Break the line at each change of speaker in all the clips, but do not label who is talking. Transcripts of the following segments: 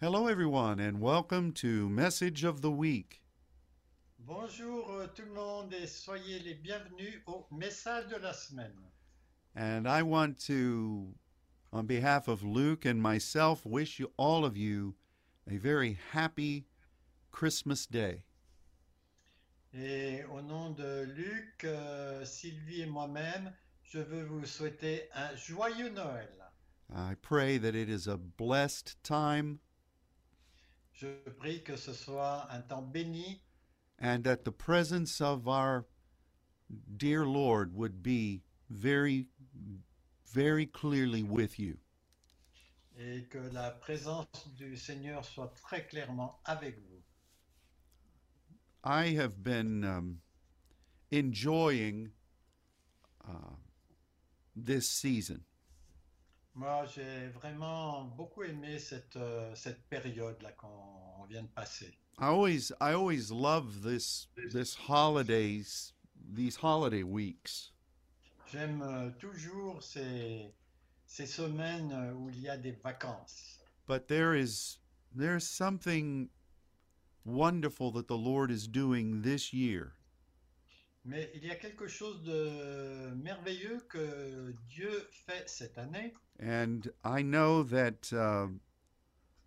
Hello, everyone, and welcome to Message of the Week.
Bonjour euh, tout le monde et soyez les bienvenus au message de la semaine.
And I want to, on behalf of Luke and myself, wish you all of you a very happy Christmas day.
Et au nom de Luc, euh, Sylvie et moi-même, je veux vous souhaiter un joyeux Noël.
I pray that it is a blessed time
Je prie que ce soit un temps béni
and that the presence of our dear Lord would be very, very clearly with you.
et que la présence du Seigneur soit très clairement avec vous.
I have been um, enjoying uh, this season.
Moi, j'ai vraiment beaucoup aimé cette, euh, cette période là qu'on vient de passer.
I always I always love this this holidays these holiday weeks
J'aime euh, toujours ces, ces semaines euh, où il y a des vacances.
but there is there's something wonderful that the Lord is doing this year
Mais il y a quelque chose de merveilleux que Dieu fait cette année.
and I know that uh,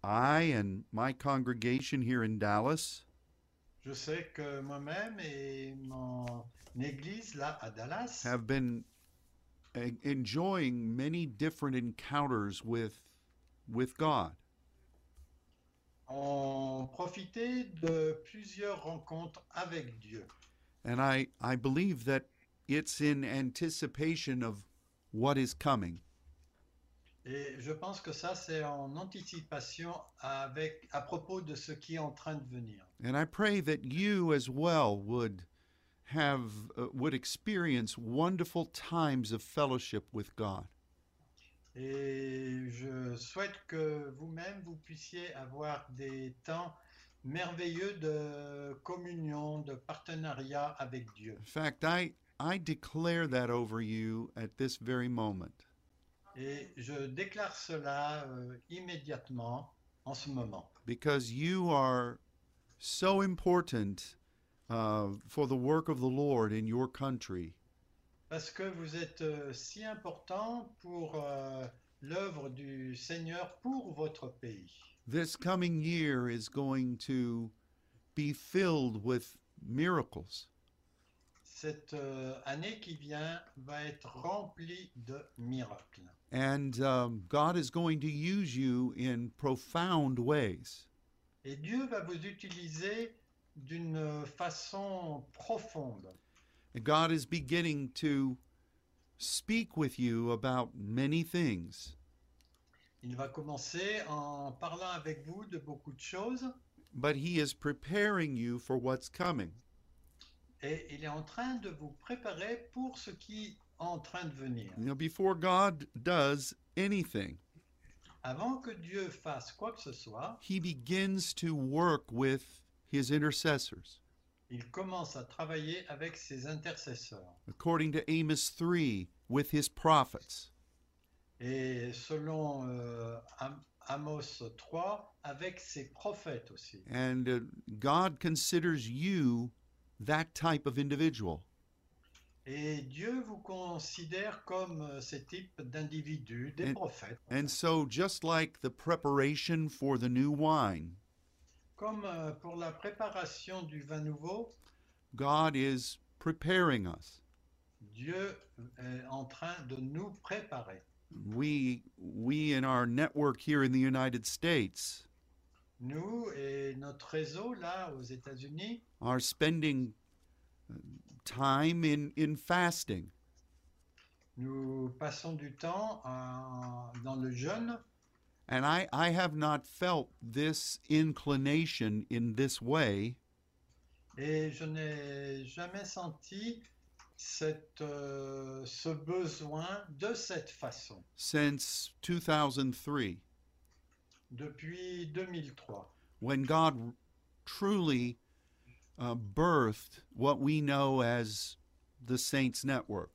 I and my congregation here in Dallas
Je sais que moi-même et mon église là à Dallas,
have been en- enjoying many different encounters with with God
ont profité de plusieurs rencontres avec Dieu.
and I I believe that it's in anticipation of what is coming
Et je pense que ça, c'est en anticipation avec, à propos de ce qui est en train de venir.
And I pray that you as well would have uh, would experience wonderful times of fellowship with God.
Et je souhaite que vous-même, vous puissiez avoir des temps merveilleux de communion, de partenariat avec Dieu.
In fact, I I declare that over you at this very moment.
Et je déclare cela euh, immédiatement en ce moment,
Because you are so important uh, for the work of the Lord in your country.
parce que vous êtes euh, si important pour euh, l'œuvre du Seigneur pour votre pays.
This coming year is going to be filled with miracles.
Cette euh, année qui vient va être remplie de miracles.
And um, God is going to use you in profound ways.
Et Dieu va vous utiliser d'une façon profonde.
And God is beginning to speak with you about many things,
Il va commencer en parlant avec vous de beaucoup de choses
but He is preparing you for what's coming.
et il est en train de vous préparer pour ce qui est en train de venir.
You know, before God does anything,
Avant que Dieu fasse quoi que ce soit,
He begins to work with His intercessors.
il commence à travailler avec ses intercesseurs.
According to Amos 3, with His prophets.
Et selon euh, Am- Amos 3, avec ses prophètes aussi.
And uh, God considers you that type of individual.
Et Dieu vous considère comme euh, ces types d'individus, des
Et-
prophètes.
And so, just like the preparation for the new wine,
Comme euh, pour la préparation du vin nouveau,
God is preparing us.
Dieu est en train de nous préparer.
we we in our network here in the United States
Nous et notre réseau là aux États-Unis,
are spending uh, time in in fasting
nous passons du temps en- dans le jeûne
and I I have not felt this inclination in this way
Et je n'ai jamais senti cette, euh, ce besoin de cette façon
since 2003
depuis 2003,
when God truly uh, birthed what we know as the Saints Network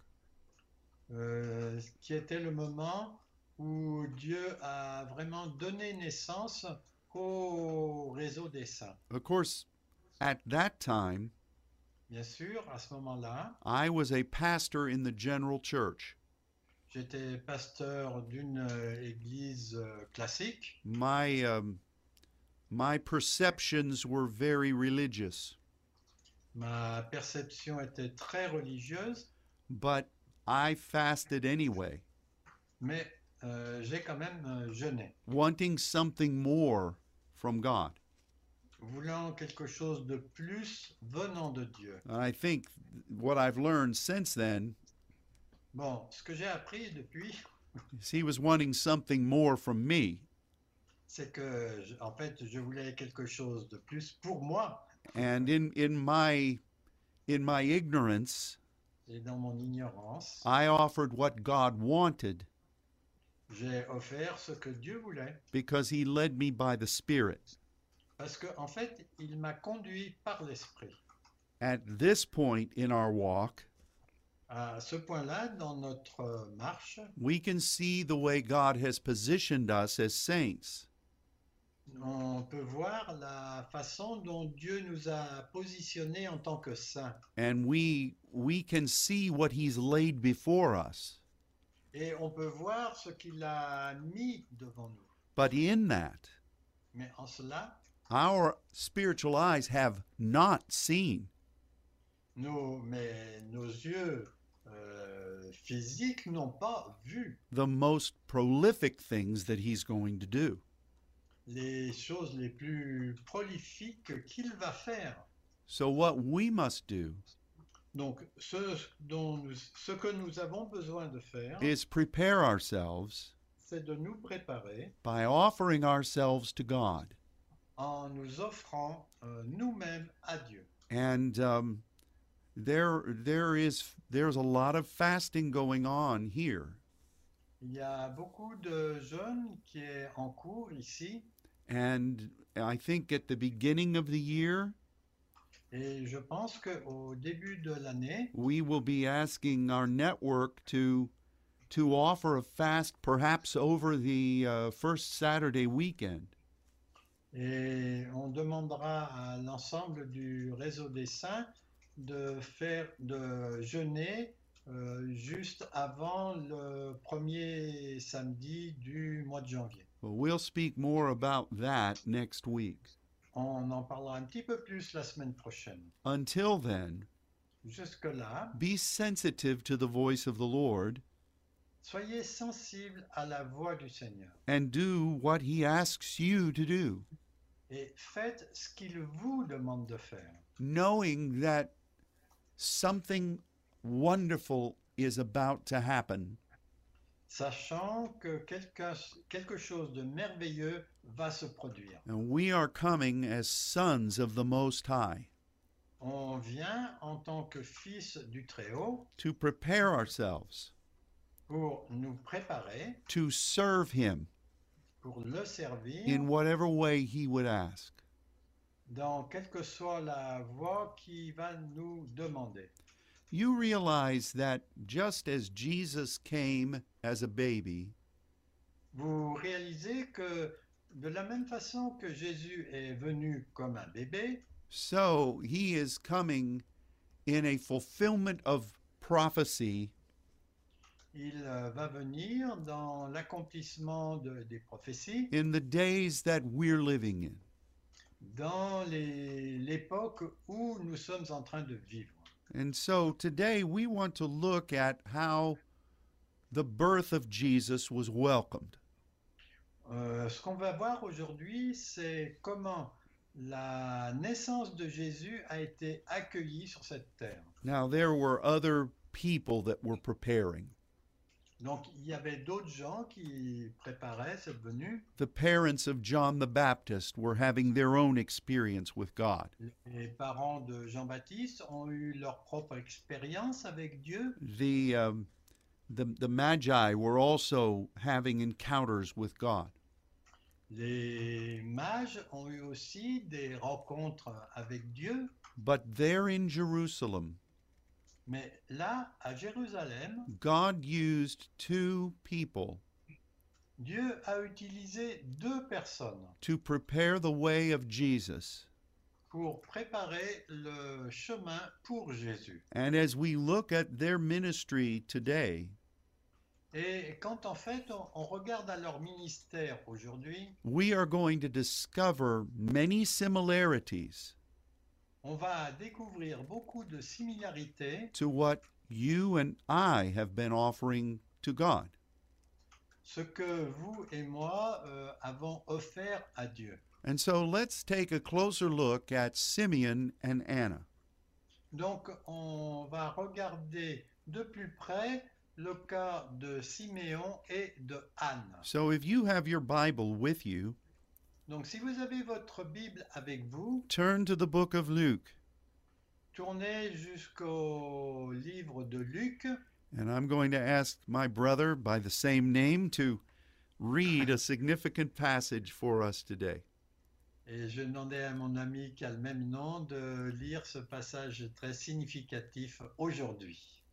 euh, qui était le moment où Dieu a vraiment donné naissance au réseau des saints.
Of course, at that time,
Bien sûr, à ce moment-là,
I was a pastor in the general church.
j'étais pasteur d'une euh, église euh, classique.
My, um, my perceptions were very religious,
Ma perception était très religieuse,
but I fasted anyway,
mais euh, j'ai quand même euh, jeûné,
wanting something more from God.
voulant quelque chose de plus venant de Dieu.
And I think what I've learned since then
Bon, ce que j'ai appris depuis,
is he was wanting something more from me,
c'est que, je- en fait, je voulais quelque chose de plus pour moi.
and in in my in my ignorance,
Et dans mon ignorance,
I offered what God wanted
j'ai offert ce que Dieu voulait.
because He led me by the Spirit.
Parce qu'en en fait, il m'a conduit par l'esprit.
At this point in our walk,
À ce point-là, dans notre euh, marche,
we can see the way God has positioned us as saints.
on peut voir la façon dont Dieu nous a positionnés en tant que saints.
And we we can see what He's laid before us.
Et on peut voir ce qu'il a mis devant nous.
But in that,
Mais en cela,
our spiritual eyes have not seen.
nos, mais nos yeux euh, physiques n'ont pas vu
the most prolific things that he's going to do.
les choses les plus prolifiques qu'il va faire.
So, what we must do
Donc, ce, dont nous- ce que nous avons besoin de faire,
is prepare ourselves
c'est de nous préparer
by offering ourselves to God.
en nous offrant euh, nous-mêmes à Dieu.
And um, there, there is, there's a lot of fasting going on here,
Il y a beaucoup de jeunes qui est en cours ici
and I think at the beginning of the year
et je pense qu'au début de l'année,
we will be asking our network to to offer a fast, perhaps over the uh, first Saturday weekend.
et on demandera à l'ensemble du réseau des saints de faire de jeûner euh, juste avant le premier samedi du mois de janvier.
Well, we'll speak more about that next week.
On en parlera un petit peu plus la semaine prochaine.
Until then,
Jusque-là,
be sensitive to the voice of the Lord
soyez sensibles à la voix du Seigneur.
and do what He asks you to do,
et faites ce qu'il vous demande de faire,
knowing that something wonderful is about to happen
sachant que quelque, quelque chose de merveilleux va se produire.
and we are coming as sons of the Most High
On vient en tant que fils du Très-Haut
to prepare ourselves
pour nous préparer,
to serve Him
pour le servir,
in whatever way He would ask.
dans quelle que soit la voie qui va nous demander.
You realize that just as Jesus came as a baby,
Vous réalisez que de la même façon que Jésus est venu comme un bébé,
so he is coming in a fulfillment of prophecy
il euh, va venir dans l'accomplissement de- des prophéties
in the days that we're living in.
dans les- l'époque où nous sommes en train de vivre.
And so today we want to look at how the birth of Jesus was welcomed.
Euh, ce qu'on va voir aujourd'hui, c'est comment la naissance de Jésus a été accueillie sur cette terre.
Now, there were other people that were preparing.
Donc il y avait d'autres gens qui préparaient cette venue.
The parents of John the Baptist were having their own experience with God.
Les parents de Jean-Baptiste ont eu leur propre expérience avec Dieu.
The, um, the, the Magi were also having encounters with God.
Les mages ont eu aussi des rencontres avec Dieu.
But there in Jerusalem,
Mais là, à Jérusalem,
God used two people
Dieu a utilisé deux personnes
to prepare the way of Jesus.
pour préparer le chemin pour Jésus.
And as we look at their ministry today,
Et quand en fait on, on regarde à leur ministère aujourd'hui,
we are going to discover many similarities
on va découvrir beaucoup de similarités
to what you and I have been offering to God.
ce que vous et moi euh, avons offert à Dieu.
And so let's take a closer look at Simeon and Anna.
Donc on va regarder de plus près le cas de Siméon et de Anne.
So if you have your Bible with you,
Donc si vous avez votre Bible avec vous,
turn to the book of Luke.
tournez jusqu'au livre de Luc
And I'm going to ask my brother by the same name to read a significant passage for us today.
et je demandais à mon ami qui a le même nom de lire ce passage très significatif aujourd'hui.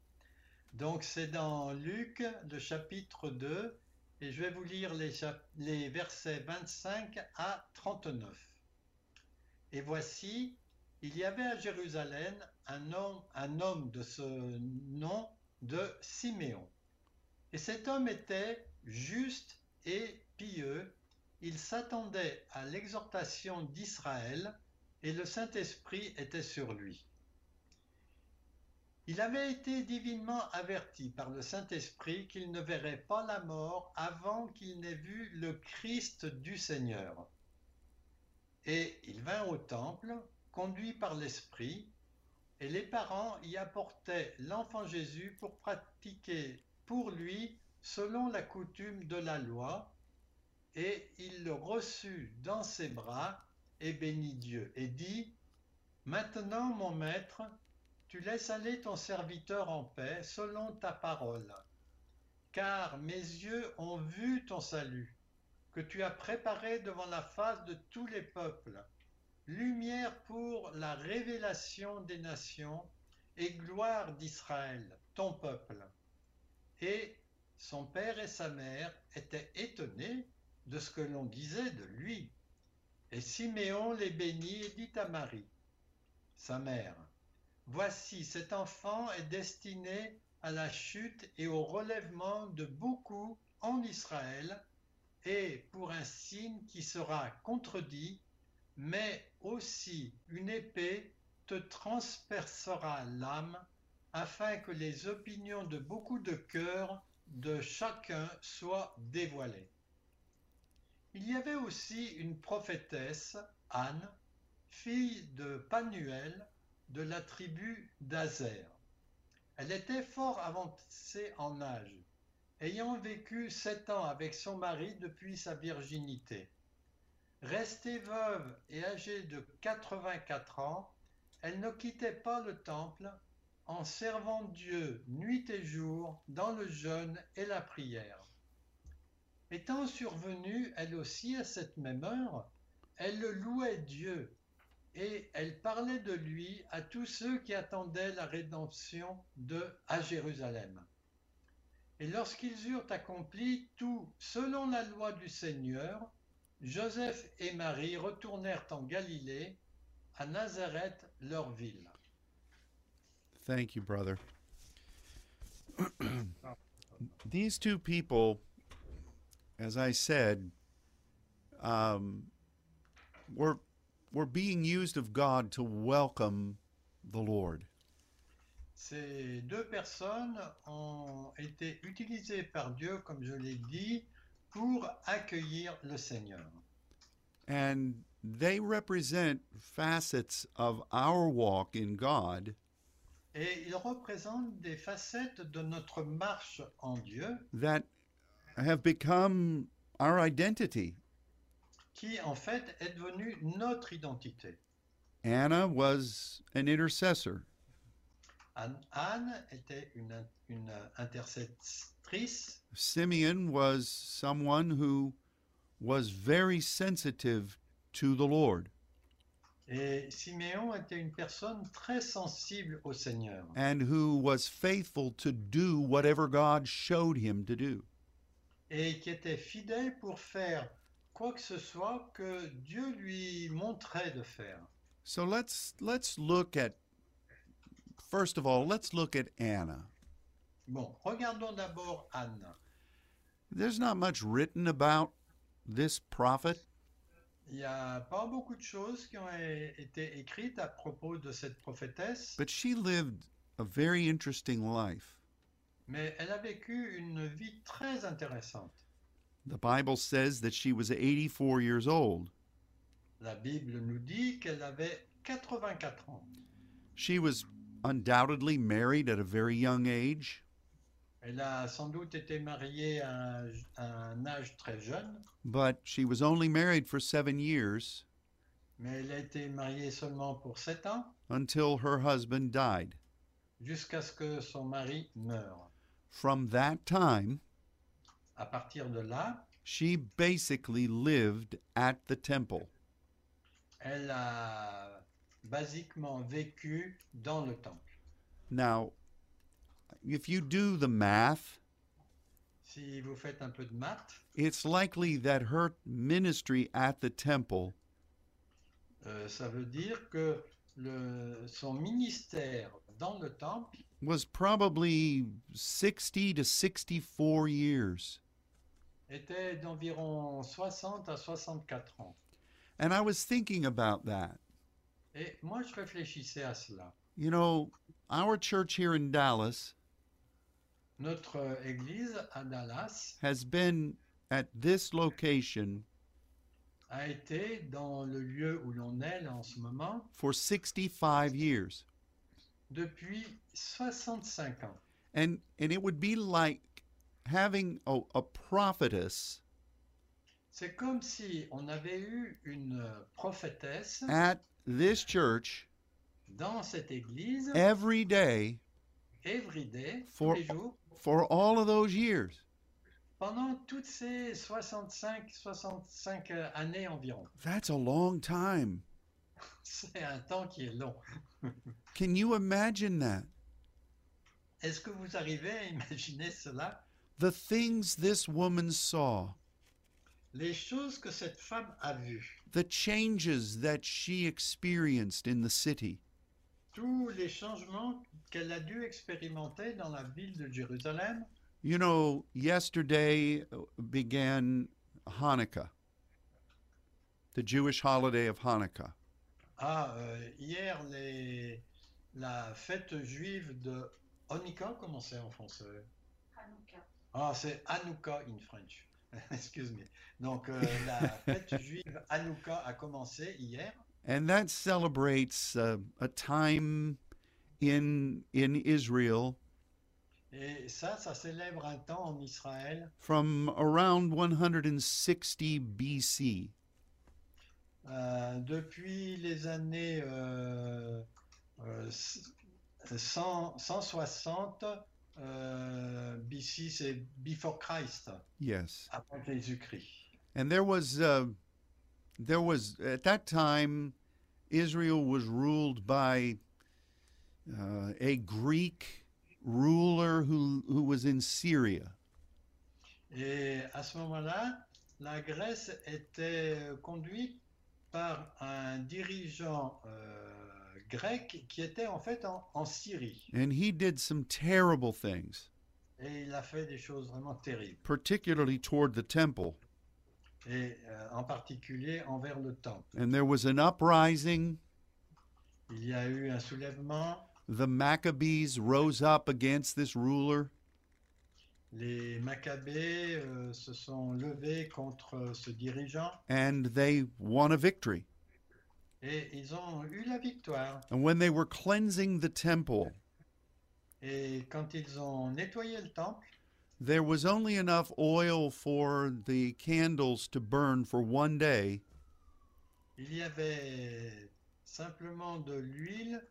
Donc c'est dans Luc, le chapitre 2, et je vais vous lire les, chap- les versets 25 à 39. Et voici, il y avait à Jérusalem un homme, un homme de ce nom de Siméon. Et cet homme était juste et pieux, il s'attendait à l'exhortation d'Israël et le Saint-Esprit était sur lui. Il avait été divinement averti par le Saint-Esprit qu'il ne verrait pas la mort avant qu'il n'ait vu le Christ du Seigneur. Et il vint au temple, conduit par l'Esprit, et les parents y apportaient l'enfant Jésus pour pratiquer pour lui selon la coutume de la loi, et il le reçut dans ses bras et bénit Dieu et dit, Maintenant mon maître, tu laisses aller ton serviteur en paix selon ta parole, car mes yeux ont vu ton salut, que tu as préparé devant la face de tous les peuples, lumière pour la révélation des nations et gloire d'Israël, ton peuple. Et son père et sa mère étaient étonnés de ce que l'on disait de lui. Et Siméon les bénit et dit à Marie, sa mère, Voici, cet enfant est destiné à la chute et au relèvement de beaucoup en Israël, et pour un signe qui sera contredit, mais aussi une épée te transpercera l'âme, afin que les opinions de beaucoup de cœurs de chacun soient dévoilées. Il y avait aussi une prophétesse, Anne, fille de Panuel, de la tribu d'Azer. Elle était fort avancée en âge, ayant vécu sept ans avec son mari depuis sa virginité. Restée veuve et âgée de 84 ans, elle ne quittait pas le temple en servant Dieu nuit et jour dans le jeûne et la prière. Étant survenue, elle aussi, à cette même heure, elle louait Dieu et elle parlait de lui à tous ceux qui attendaient la rédemption de à Jérusalem. Et lorsqu'ils eurent accompli tout selon la loi du Seigneur, Joseph et Marie retournèrent en Galilée, à Nazareth, leur ville.
Thank you, brother. These two people, as I said, um, were, were being used of God to welcome the Lord.
Ces deux personnes ont été utilisées par Dieu, comme je l'ai dit, pour accueillir le Seigneur.
And they represent facets of our walk in God
Et ils représentent des facettes de notre marche en Dieu
that have become our identity.
qui, en fait, est devenue notre identité.
Anna was an intercessor.
Anne, Anne était une, une intercessrice.
Simeon was someone who was very sensitive to the Lord.
Et Siméon était une personne très sensible au Seigneur
and who was faithful to do whatever God showed him to do.
et qui était fidèle pour faire quoi que ce soit que Dieu lui montrait de faire.
So let's let's look at first of all, let's look at Anna.
Bon, regardons d'abord Anne.
There's not much written about this prophet.
Il n'y a pas beaucoup de choses qui ont é- été écrites à propos de cette prophétesse,
But she lived a very interesting life.
mais elle a vécu une vie très intéressante.
The Bible says that she was 84 years old.
La Bible nous dit qu'elle avait 84 ans.
She was undoubtedly married at a very young age,
Elle a sans doute été mariée à un, à un âge très jeune,
but she was only married for seven years
mais elle a été mariée seulement pour 7 ans,
until her husband died.
jusqu'à ce que son mari meure.
From that time,
À partir de là,
she basically lived at the temple.
elle a basiquement vécu dans le temple.
Now, if you do the math,
Si vous faites un peu de maths,
it's likely that her ministry at the temple
euh, ça veut dire que le- son ministère dans le temple
was probably 60 to 64 years.
était d'environ 60 à 64 ans.
And I was thinking about that.
Et moi, je réfléchissais à cela.
You know, our church here in Dallas
Notre euh, église à Dallas
has been at this location
a été dans le lieu où l'on est là, en ce moment
for 65 years.
depuis 65 ans.
And and it would be like having a, a prophetess
C'est comme si on avait eu une euh, prophétesse
at this church
dans cette église
every day
every day,
For-
tous les jours,
for all of those years.
pendant toutes ces 65, 65 euh, années environ.
That's a long time.
C'est un temps qui est long.
Can you imagine that?
Est-ce que vous arrivez à imaginer cela
The things this woman saw,
Les choses que cette femme a vues,
the changes that she experienced in the city.
tous les changements qu'elle a dû expérimenter dans la ville de Jérusalem.
You know, yesterday began Hanukkah, the Jewish holiday of Hanukkah.
Ah, euh, hier, les- la fête juive de Hanukkah, comment c'est en français
Hanouka.
Ah, c'est Hanouka in French. Excuse-moi. Donc, euh, la fête juive Hanouka a commencé hier.
And that celebrates uh, a time in, in Israel
Et ça, ça célèbre un temps en Israël
from around 160 BC.
euh, depuis les années euh, euh, c- 100 160 euh, BC, c'est Before Christ,
Yes.
avant Jésus-Christ.
And there was, uh, there was at that time, Israel was ruled by uh, a Greek ruler who who was in Syria.
Et à ce moment-là, la Grèce était conduite par un dirigeant euh, grec qui était en fait en, en Syrie.
And he did some terrible things,
Et il a fait des choses vraiment terribles,
particularly toward the temple.
et euh, en particulier envers le temple.
And there was an uprising.
Il y a eu un soulèvement,
The Maccabees rose up against this ruler,
les Maccabées euh, se sont levés contre euh, ce dirigeant
and they won a victory.
et ils ont eu la victoire.
And when they were cleansing the temple,
Et quand ils ont nettoyé le temple,
there was only enough oil for the candles to burn for one day,
Il y avait simplement de l'huile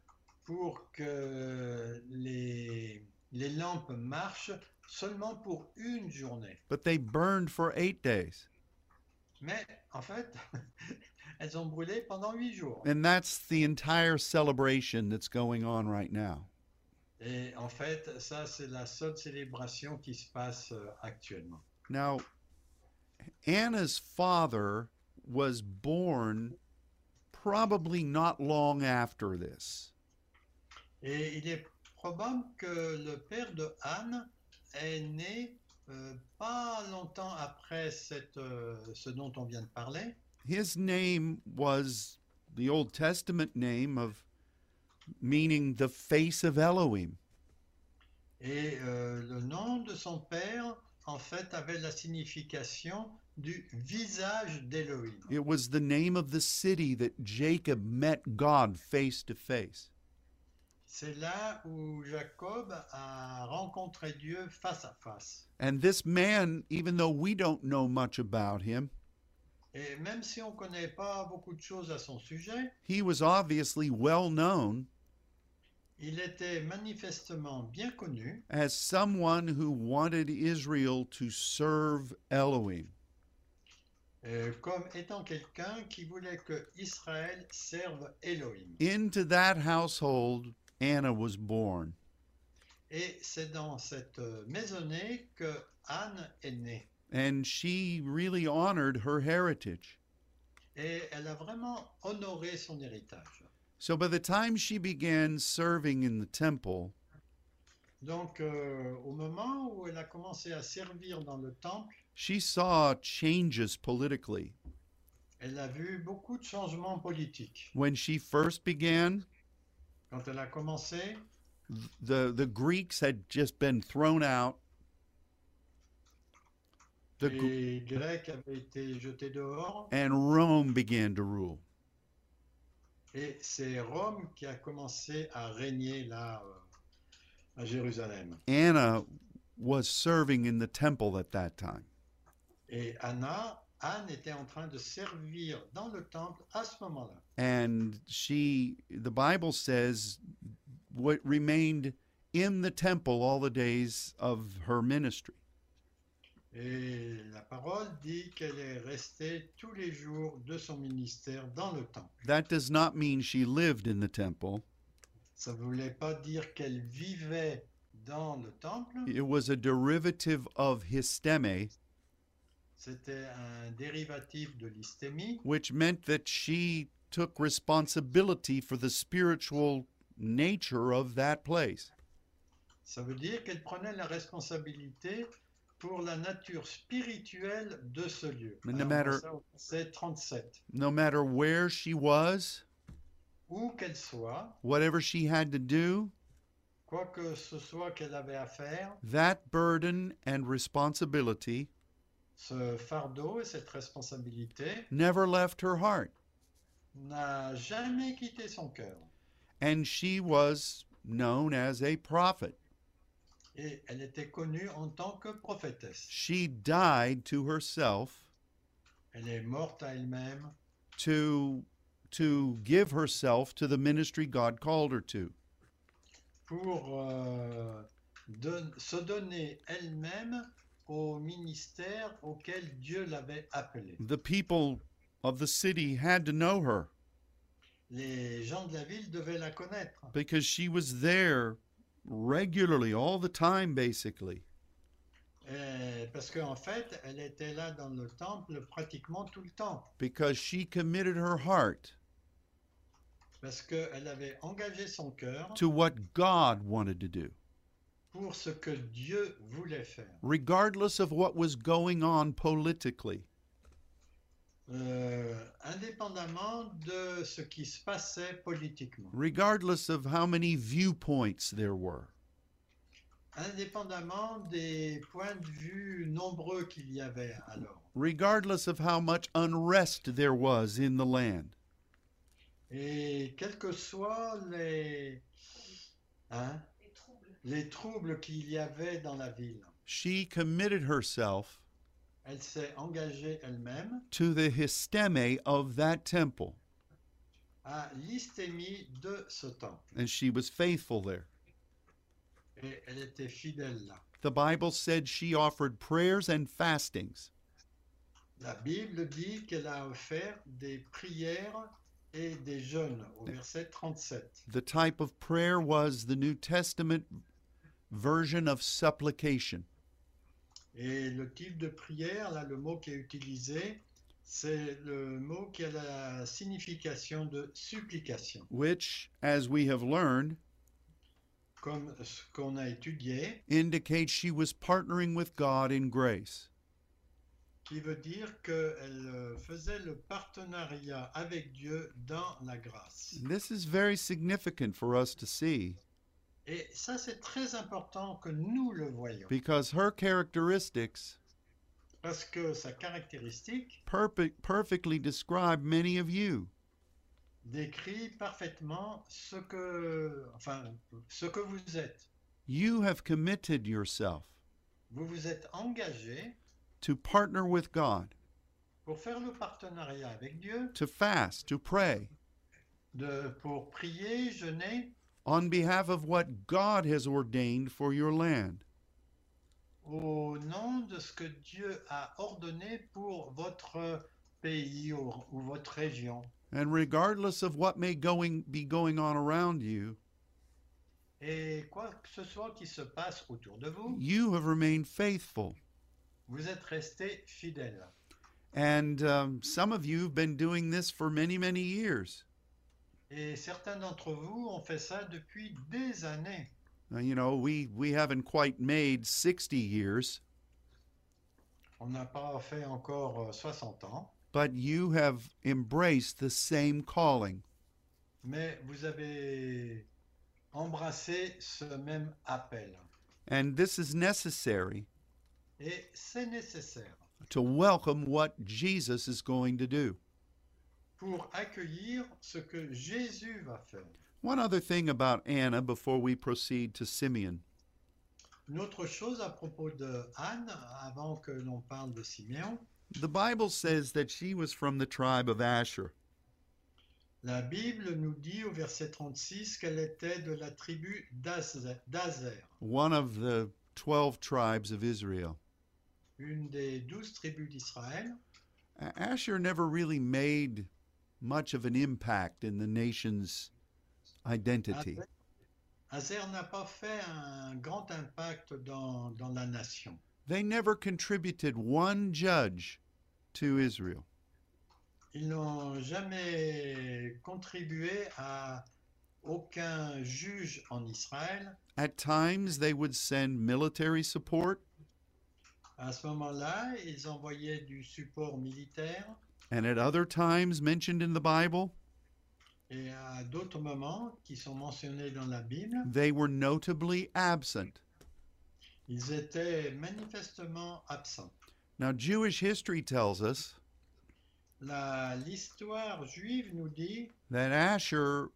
pour que les, les lampes marchent seulement pour une journée.
but they burned for eight days.
Mais en fait, elles ont brûlé pendant huit jours.
And that's the entire celebration that's going on right now.
Et en fait, ça, c'est la seule célébration qui se passe euh, actuellement.
Now, Anna's father was born probably not long after this.
Et il est probable que le père de Anne est né euh, pas longtemps après cette, euh, ce dont on vient de parler.
His name was the Old Testament name of meaning the face of Elohim.
Et euh, le nom de son père, en fait, avait la signification du visage d'Élohim.
It was the name of the city that Jacob met God face to face.
C'est là où Jacob a rencontré Dieu face à face.
And this man, even though we don't know much about him,
Et même si on ne connaît pas beaucoup de choses à son sujet,
he was obviously well known
il était manifestement bien connu
as someone who wanted Israel to serve Elohim.
euh, comme étant quelqu'un qui voulait que Israël serve Elohim.
Into that household, Anna was born.
Et c'est dans cette maisonnée que Anne est née.
And she really honored her heritage.
Et elle a vraiment honoré son héritage.
So by the time she began serving in the temple,
Donc euh, au moment où elle a commencé à servir dans le temple,
she saw changes politically.
elle a vu beaucoup de changements politiques.
When she first began,
Quand elle a commencé,
the, the Greeks had just been thrown out. The, Gr-
les Grecs avaient été jetés dehors
and Rome began to rule.
et c'est Rome qui a commencé à régner là euh, à Jérusalem.
Anna was serving in the temple at that time.
Et Anna, Anne était en train de servir dans le temple à ce moment-là.
And she, the Bible says, what remained in the temple all the days of her ministry.
Et la parole dit qu'elle est restée tous les jours de son ministère dans le temple.
That does not mean she lived in the temple,
Ça ne voulait pas dire qu'elle vivait dans le temple,
it was a derivative of histeme,
c'était un dérivatif de l'hystémie,
which meant that she took responsibility for the spiritual nature of that place.
ça veut dire qu'elle prenait la responsabilité pour la nature spirituelle de ce lieu.
Mais no
Alors,
matter-
ça, C'est 37.
No matter where she was,
Où qu'elle soit,
whatever she had to do,
quoi que ce soit qu'elle avait à faire,
that burden and responsibility
ce fardeau et cette responsabilité
never left her heart.
n'a jamais quitté son cœur.
And she was known as a prophet.
Et elle était connue en tant que prophétesse.
She died to herself
Elle est morte à elle-même
to to give herself to the ministry God called her to.
pour euh, don- se donner elle-même au ministère auquel Dieu l'avait appelée.
The people of the city had to know her
Les gens de la ville devaient la connaître
because she was there regularly all the time basically.
Et- parce qu'en fait, elle était là dans le temple pratiquement tout le temps
because she committed her heart
parce qu'elle avait engagé son cœur
to what God wanted to do,
pour ce que Dieu voulait faire,
regardless of what was going on politically.
Euh, indépendamment de ce qui se passait politiquement,
regardless of how many viewpoints there were.
indépendamment des points de vue nombreux qu'il y avait alors.
Regardless of how much unrest there was in the land,
Et quels que soient les, hein, les troubles qu'il y avait dans la ville,
she committed herself
elle s'est engagée elle-même
to the histeme of that temple,
à l'hystémie de ce temple.
and she was faithful there.
Et elle était fidèle là.
The Bible said she offered prayers and fastings.
La Bible dit qu'elle a offert des prières et des jeûnes au verset 37.
The type of prayer was the New Testament version of supplication.
Et le type de prière, là, le mot qui est utilisé, c'est le mot qui a la signification de supplication.
which, as we have learned,
Comme ce qu'on a étudié,
indicates she was partnering with God in grace.
qui veut dire qu'elle euh, faisait le partenariat avec Dieu dans la grâce.
This is very significant for us to see
Et ça, c'est très important que nous le voyons,
because her characteristics
parce que sa caractéristique
perfect, perfectly describe many of you.
décrit parfaitement ce que, enfin, ce que vous êtes.
You have committed yourself
Vous vous êtes engagé
to partner with God,
pour faire le partenariat avec Dieu,
to fast, to pray
de, pour prier, jeûner,
on behalf of what God has ordained for your land.
au nom de ce que Dieu a ordonné pour votre pays ou, ou votre région.
And regardless of what may going be going on around you,
Et quoi que ce soit qui se passe autour de vous,
you have remained faithful.
vous êtes resté fidèle.
And um, some of you have been doing this for many, many years.
Et certains d'entre vous ont fait ça depuis des années.
Uh, you know, we, we haven't quite made 60 years,
On n'a pas fait encore euh, 60 ans,
but you have embraced the same calling.
mais vous avez embrassé ce même appel.
And this is necessary
Et c'est nécessaire.
to welcome what Jesus is going to do.
pour accueillir ce que Jésus va faire.
One other thing about Anna before we proceed to Simeon.
Une autre chose à propos de Anne, avant que l'on parle de Siméon,
The Bible says that she was from the tribe of Asher.
la Bible nous dit au verset 36 qu'elle était de la tribu d'Az- d'Azer,
one of the 12 tribes of Israel.
une des douze tribus d'Israël.
A- Asher never really made much of an impact in the nation's identity.
Azer- Azer n'a pas fait un grand impact dans, dans la nation.
They never contributed one judge to Israel.
Ils n'ont jamais contribué à aucun juge en Israël.
At times, they would send military support,
À ce moment-là, ils envoyaient du support militaire
and at other times, mentioned in the Bible,
et à d'autres moments qui sont mentionnés dans la Bible,
they were notably absent.
ils étaient manifestement absents.
Now, Jewish history tells us
La- L'histoire juive nous dit
that Asher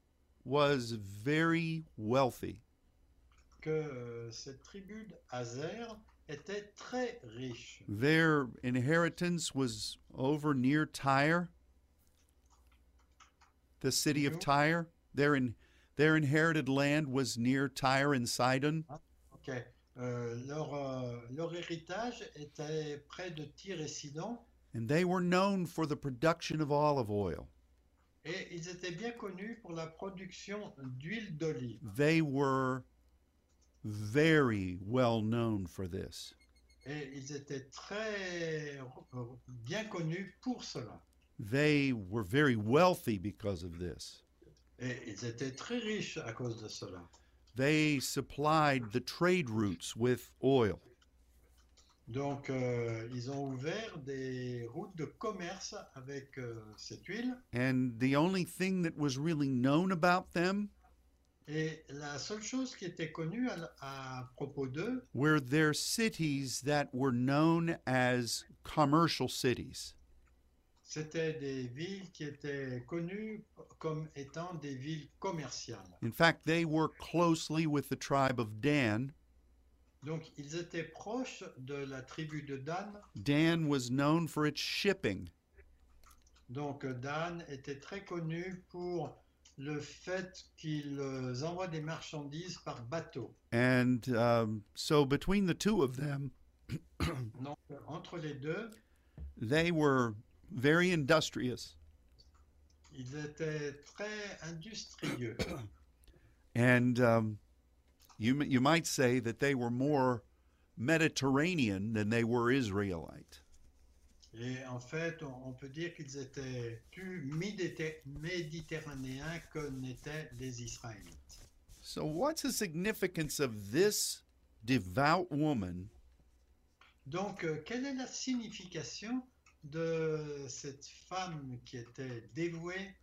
was very wealthy.
que euh, cette tribu d'Azer était très riche.
Their inheritance was over near Tyre, the city of
Mhm.
Tyre. Their, in, their inherited land was near Tyre and Sidon.
Ok. Euh, leur, euh, leur héritage était près de Tyr et Sidon
And they were known for the production of olive oil.
et ils étaient bien connus pour la production d'huile d'olive.
They were very well known for this.
Et ils étaient très euh, bien connus pour cela.
They were very wealthy because of this.
Et ils étaient très riches à cause de cela.
They supplied the trade routes with oil.
Donc, euh, ils ont ouvert des routes de commerce avec euh, cette huile.
And the only thing that was really known about them
Et la seule chose qui était connue à, à propos d'eux,
were there cities that were known as commercial cities.
c'était des villes qui étaient connues comme étant des villes commerciales.
In fact, they worked closely with the tribe of Dan.
Donc, ils étaient proches de la tribu de Dan.
Dan was known for its shipping,
Donc, euh, Dan était très connu pour le fait qu'ils euh, envoient des marchandises par bateau.
and um, so between the two of them,
Donc, euh, entre les deux,
they were very industrious,
ils étaient très industrieux.
and um, you m- you might say that they were more Mediterranean than they were Israelite.
Et en fait, on, on peut dire qu'ils étaient plus méditer- méditerranéens que n'étaient les Israélites.
So, what's the significance of this devout woman
Donc, euh, quelle est la signification de cette femme qui était dévouée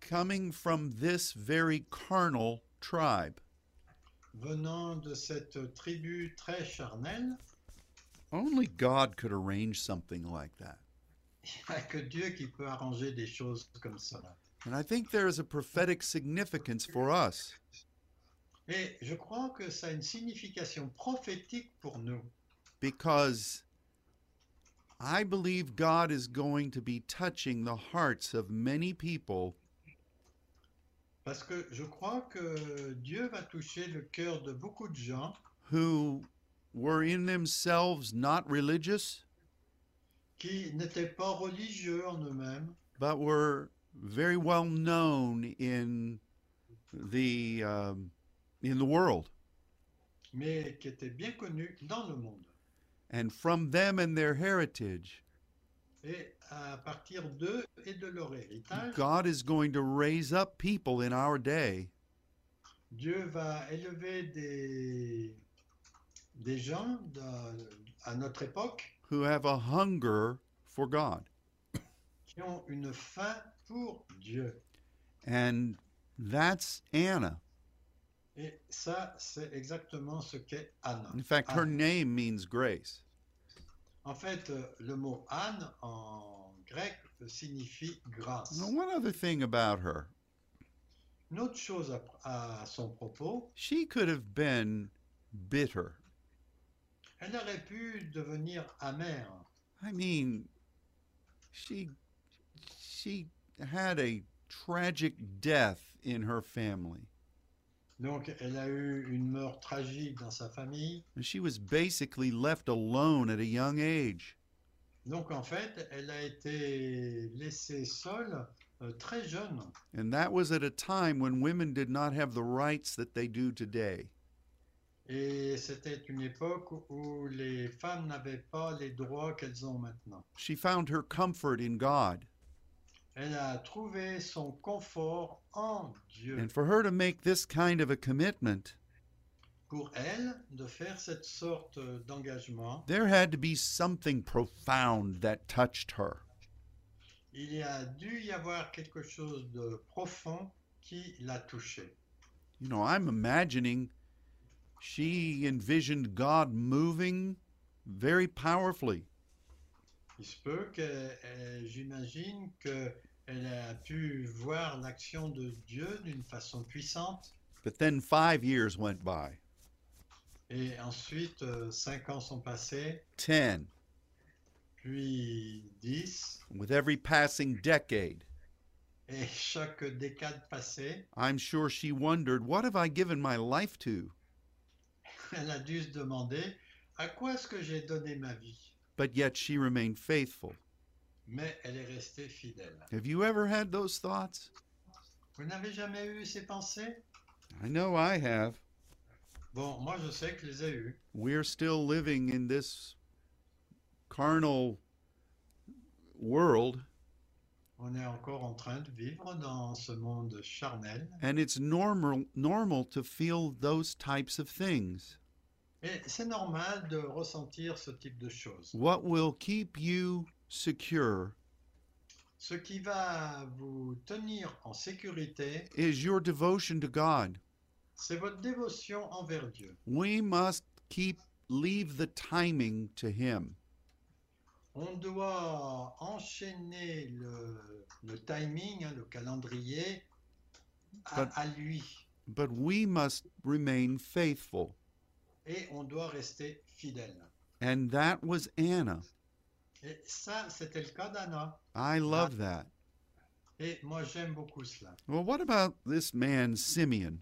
coming from this very carnal tribe?
venant de cette tribu très charnelle
Only God could arrange something like that.
Il n'y a que Dieu qui peut arranger des choses comme cela.
And I think there is a prophetic significance for us.
Et je crois que ça a une signification prophétique pour nous,
because I believe God is going to be touching the hearts of many people
parce que je crois que Dieu va toucher le cœur de beaucoup de gens
who were in themselves not religious,
qui n'étaient pas religieux en eux-mêmes,
but were very well known in the um, in the world.
mais qui étaient bien connus dans le monde.
And from them and their heritage,
Et à partir d'eux et de leur héritage,
God is going to raise up people in our day
Dieu va élever des, des gens de- à notre époque
who have a hunger for God.
qui ont une faim pour Dieu.
And that's Anna.
Et ça, c'est exactement ce qu'est Anna.
In fact, her
Anna.
name means grace.
En fait, euh, le mot Anne en grec signifie grâce.
Now, one other thing about her,
Une autre chose à, à son propos,
she could have been bitter.
elle aurait pu devenir amère.
I mean, she she had a tragic death in her family.
Donc, elle a eu une mort tragique dans sa famille.
And she was basically left alone at a young age.
Donc, en fait, elle a été laissée seule euh, très jeune.
And that was at a time when women did not have the rights that they do today.
Et c'était une époque où les femmes n'avaient pas les droits qu'elles ont maintenant.
She found her comfort in God.
Elle a trouvé son confort en Dieu.
And for her to make this kind of a commitment,
Pour elle, de faire cette sorte d'engagement,
There had to be something profound that touched her.
il y a dû y avoir quelque chose de profond qui l'a touchée.
You know, I'm imagining she envisioned God moving very powerfully.
Il se peut que, euh, j'imagine qu'elle a pu voir l'action de Dieu d'une façon puissante.
But then five years went by,
Et ensuite, euh, cinq ans sont passés,
10,
puis dix,
with every passing decade.
et chaque décade passée,
I'm sure she wondered, what have I given my life to?
elle a dû se demander à quoi est-ce que j'ai donné ma vie.
But yet she remained faithful.
Mais elle est restée fidèle.
Have you ever had those thoughts?
Vous n'avez jamais eu ces pensées
I know I have.
Bon, moi je sais que je les ai eues.
We're still living in this carnal world.
On est encore en train de vivre dans ce monde charnel.
And it's normal normal to feel those types of things.
Et c'est normal de ressentir ce type de choses.
What will keep you secure
Ce qui va vous tenir en sécurité,
is your devotion to God.
c'est votre dévotion envers Dieu.
We must keep leave the timing to him.
On doit enchaîner le, le timing, hein, le calendrier à-
Pas-
à lui.
But we must remain faithful.
et on doit rester fidèle.
And that was Anna.
Et ça, c'était le cas d'Anna.
I love that.
Et moi, j'aime beaucoup cela.
Well, what about this man Simeon?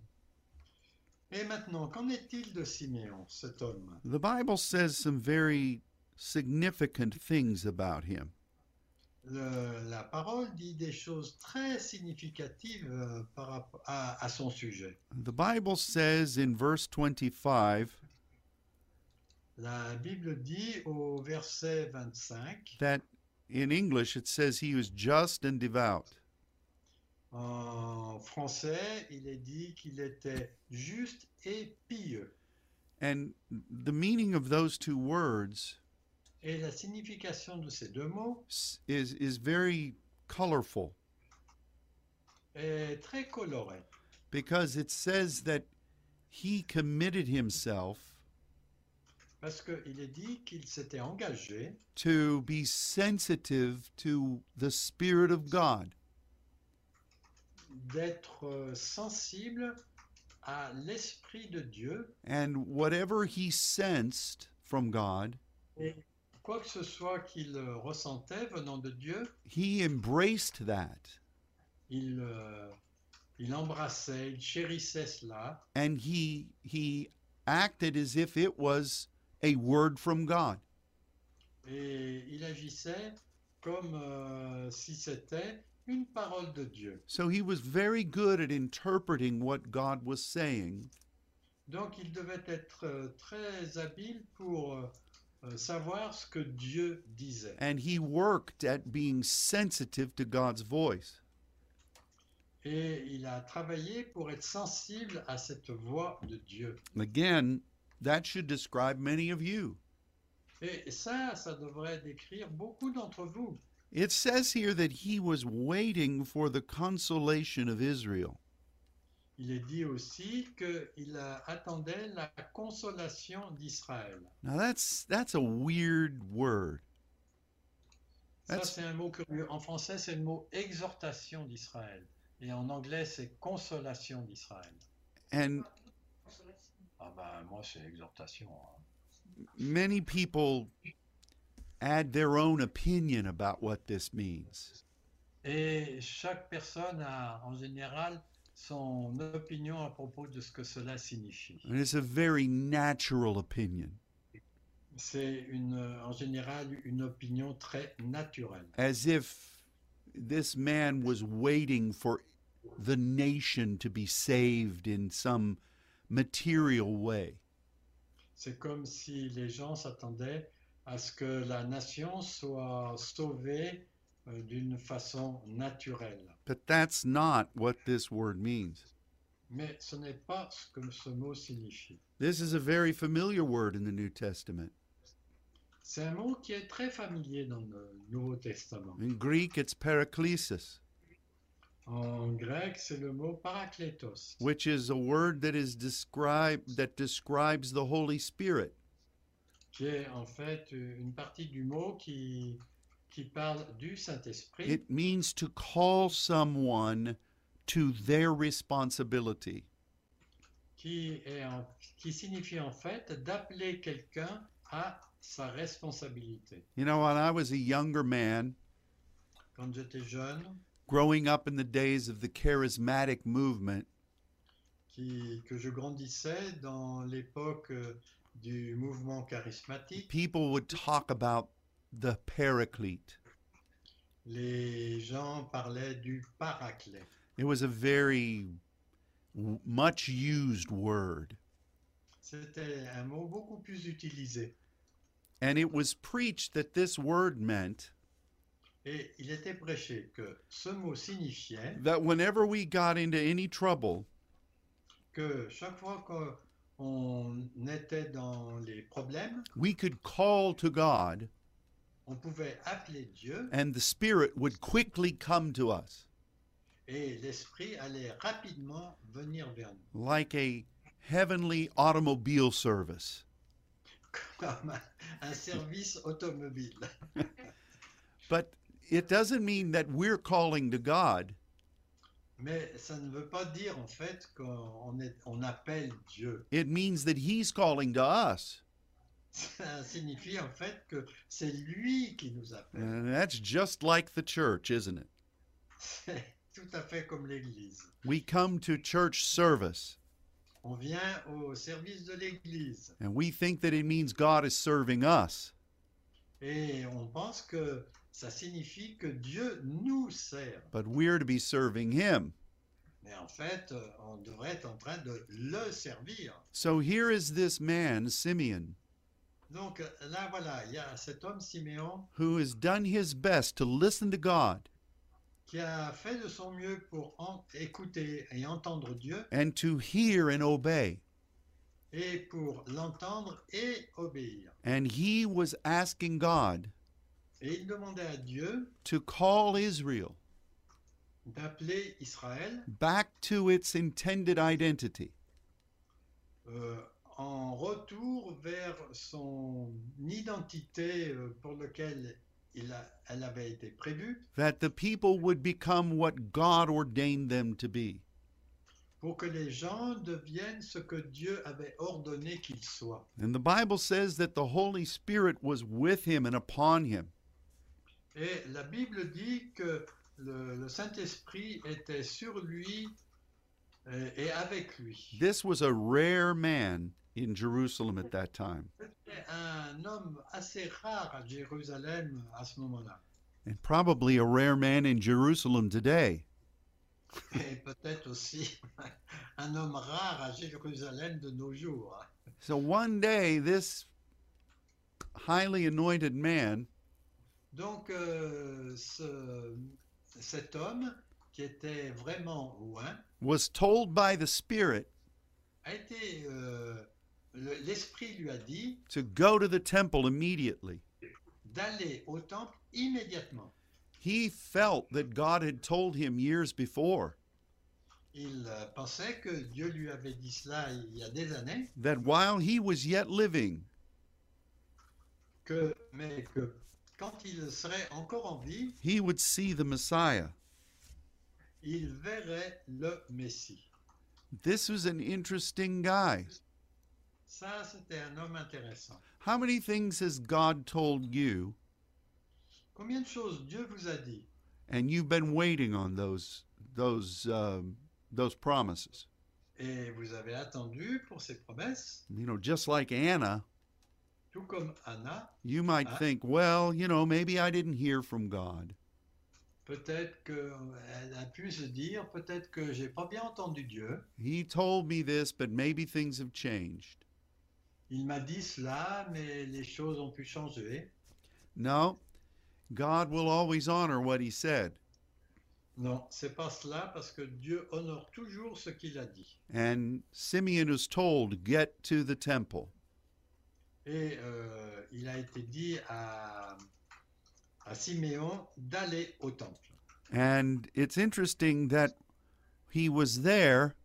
Et maintenant, qu'en est-il de Siméon, cet homme
The Bible says some very significant things about him.
Le- La parole dit des choses très significatives euh, par rapport à, à son sujet.
The Bible says in verse 25,
La Bible dit au verset 25,
that in English it says he was just and devout.
en français, il est dit qu'il était juste et pieux.
And the meaning of those two words
Et la signification de ces deux mots
s- is, is very colorful
est très colorée,
because it says that he committed himself
parce qu'il est dit qu'il s'était engagé
to be sensitive to the Spirit of God.
d'être euh, sensible à l'Esprit de Dieu
And whatever he sensed from God,
Quoi que ce soit qu'il euh, ressentait venant de Dieu,
he embraced that
il, euh, il embrassait, il chérissait cela,
and he he acted as if it was a word from God.
et il agissait comme euh, si c'était une parole de Dieu.
So he was very good at interpreting what God was saying
Donc il devait être euh, très habile pour euh, euh, savoir ce que Dieu disait.
and he worked at being sensitive to God's voice.
Et il a travaillé pour être sensible à cette voix de Dieu.
Again, that should describe many of you.
Et ça, ça devrait décrire beaucoup d'entre vous.
It says here that he was waiting for the consolation of Israel.
Il est dit aussi qu'il attendait la consolation d'Israël.
Now that's that's a weird word.
Ça,
That's-
c'est un mot curieux. En français, c'est le mot exhortation d'Israël. Et en anglais, c'est consolation d'Israël.
And
Ah ben, moi, c'est exhortation. hein.
many people add their own opinion about what this means.
Et chaque personne a, en général, son opinion à propos de ce que cela signifie.
And it's a very natural opinion,
C'est une, euh, en général une opinion très naturelle.
as if this man was waiting for the nation to be saved in some material way.
C'est comme si les gens s'attendaient à ce que la nation soit sauvée euh, d'une façon naturelle.
But that's not what this word means.
Mais ce n'est pas ce que ce mot signifie.
This is a very familiar word in the New Testament.
C'est un mot qui est très familier dans le Nouveau Testament.
In Greek, it's paraklesis,
En grec, c'est le mot paraklétos,
which is a word that is described that describes the Holy Spirit.
qui est en fait une partie du mot qui, qui parle du Saint-Esprit.
It means to call someone to their responsibility.
qui, est en- qui signifie en fait d'appeler quelqu'un à sa responsabilité.
You know, when I was a younger man
Quand j'étais jeune,
growing up in the days of the charismatic movement,
qui, que je grandissais dans l'époque euh, du mouvement charismatique,
people would talk about the paraclete.
les gens parlaient du paraclet.
It was a very w- much used word,
C'était un mot beaucoup plus utilisé.
and it was preached that this word meant
Et il était prêché que ce mot signifiait
that whenever we got into any trouble,
que chaque fois qu'on était dans les problèmes,
we could call to God
on pouvait appeler Dieu
and the Spirit would quickly come to us.
et l'Esprit allait rapidement venir vers nous.
like a heavenly automobile service.
Comme un- un service automobile.
But it doesn't mean that we're calling to God.
Mais ça ne veut pas dire en fait qu'on est- on appelle Dieu.
It means that He's calling to us.
Ça signifie en fait que c'est lui qui nous appelle.
And that's just like the church, isn't it?
C'est tout à fait comme l'Église.
We come to church service
On vient au service de l'Église
and we think that it means God is serving us.
et on pense que ça signifie que Dieu nous sert.
But we're to be serving Him.
Mais en fait, euh, on devrait être en train de le servir.
So here is this man, Simeon,
Donc là, voilà, il y a cet homme Siméon
who has done his best to listen to God
qui a fait de son mieux pour en- écouter et entendre Dieu
and to hear and obey.
et pour l'entendre et obéir.
And he was asking God
Et il demandait à Dieu
to call Israel
d'appeler Israël
back to its intended identity.
euh, en retour vers son identité euh, pour laquelle il a- elle avait été prévue,
that the people would become what God ordained them to be.
pour que les gens deviennent ce que Dieu avait ordonné qu'ils soient.
And the Bible says that the Holy Spirit was with him and upon him.
Et la Bible dit que le, le Saint-Esprit était sur lui euh, et avec lui.
This was a rare man in Jerusalem at that time,
C'était un homme assez rare à Jérusalem à ce moment-là.
and probably a rare man in Jerusalem today.
Et peut-être aussi un homme rare à Jérusalem de nos jours. hein.
So one day, this highly anointed man
Donc, euh, ce- cet homme, qui était vraiment loin,
was told by the Spirit
a été. euh, le- L'esprit lui a dit
to go to the temple immediately.
d'aller au temple immédiatement.
He felt that God had told him years before
Il euh, pensait que Dieu lui avait dit cela il y a des années,
that while he was yet living,
que, mais que quand il serait encore en vie,
he would see the Messiah.
il verrait le Messie.
This was an interesting guy.
Ça, c'était un homme intéressant.
How many things has God told you
Combien de choses Dieu vous a dit
and you've been waiting on those those um, those promises?
et vous avez attendu pour ses promesses,
You know, just like Anna,
tout comme Anna,
you might
Huh?
think, well, you know, maybe I didn't hear from God.
Peut-être qu'elle a pu se dire, peut-être que j'ai pas bien entendu Dieu.
He told me this, but maybe things have changed.
Il m'a dit cela, mais les choses ont pu changer.
No, God will always honor what he said.
Non, c'est pas cela parce que Dieu honore toujours ce qu'il a dit.
And Simeon is told, get to the temple.
Et euh, il a été dit à, à Siméon d'aller au temple.
And it's interesting that he was there